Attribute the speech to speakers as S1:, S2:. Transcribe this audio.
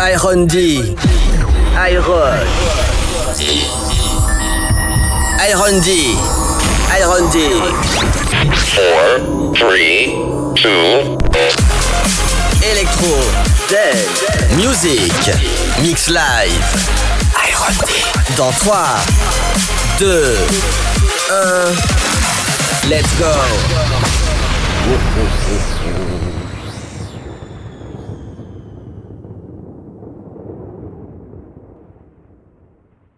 S1: Iron D. Iron. Iron D. Iron D.
S2: Four, three, two.
S1: Electro. Dance. Music. Mix live. Iron D. Dans 3, 2, 1. Let's go.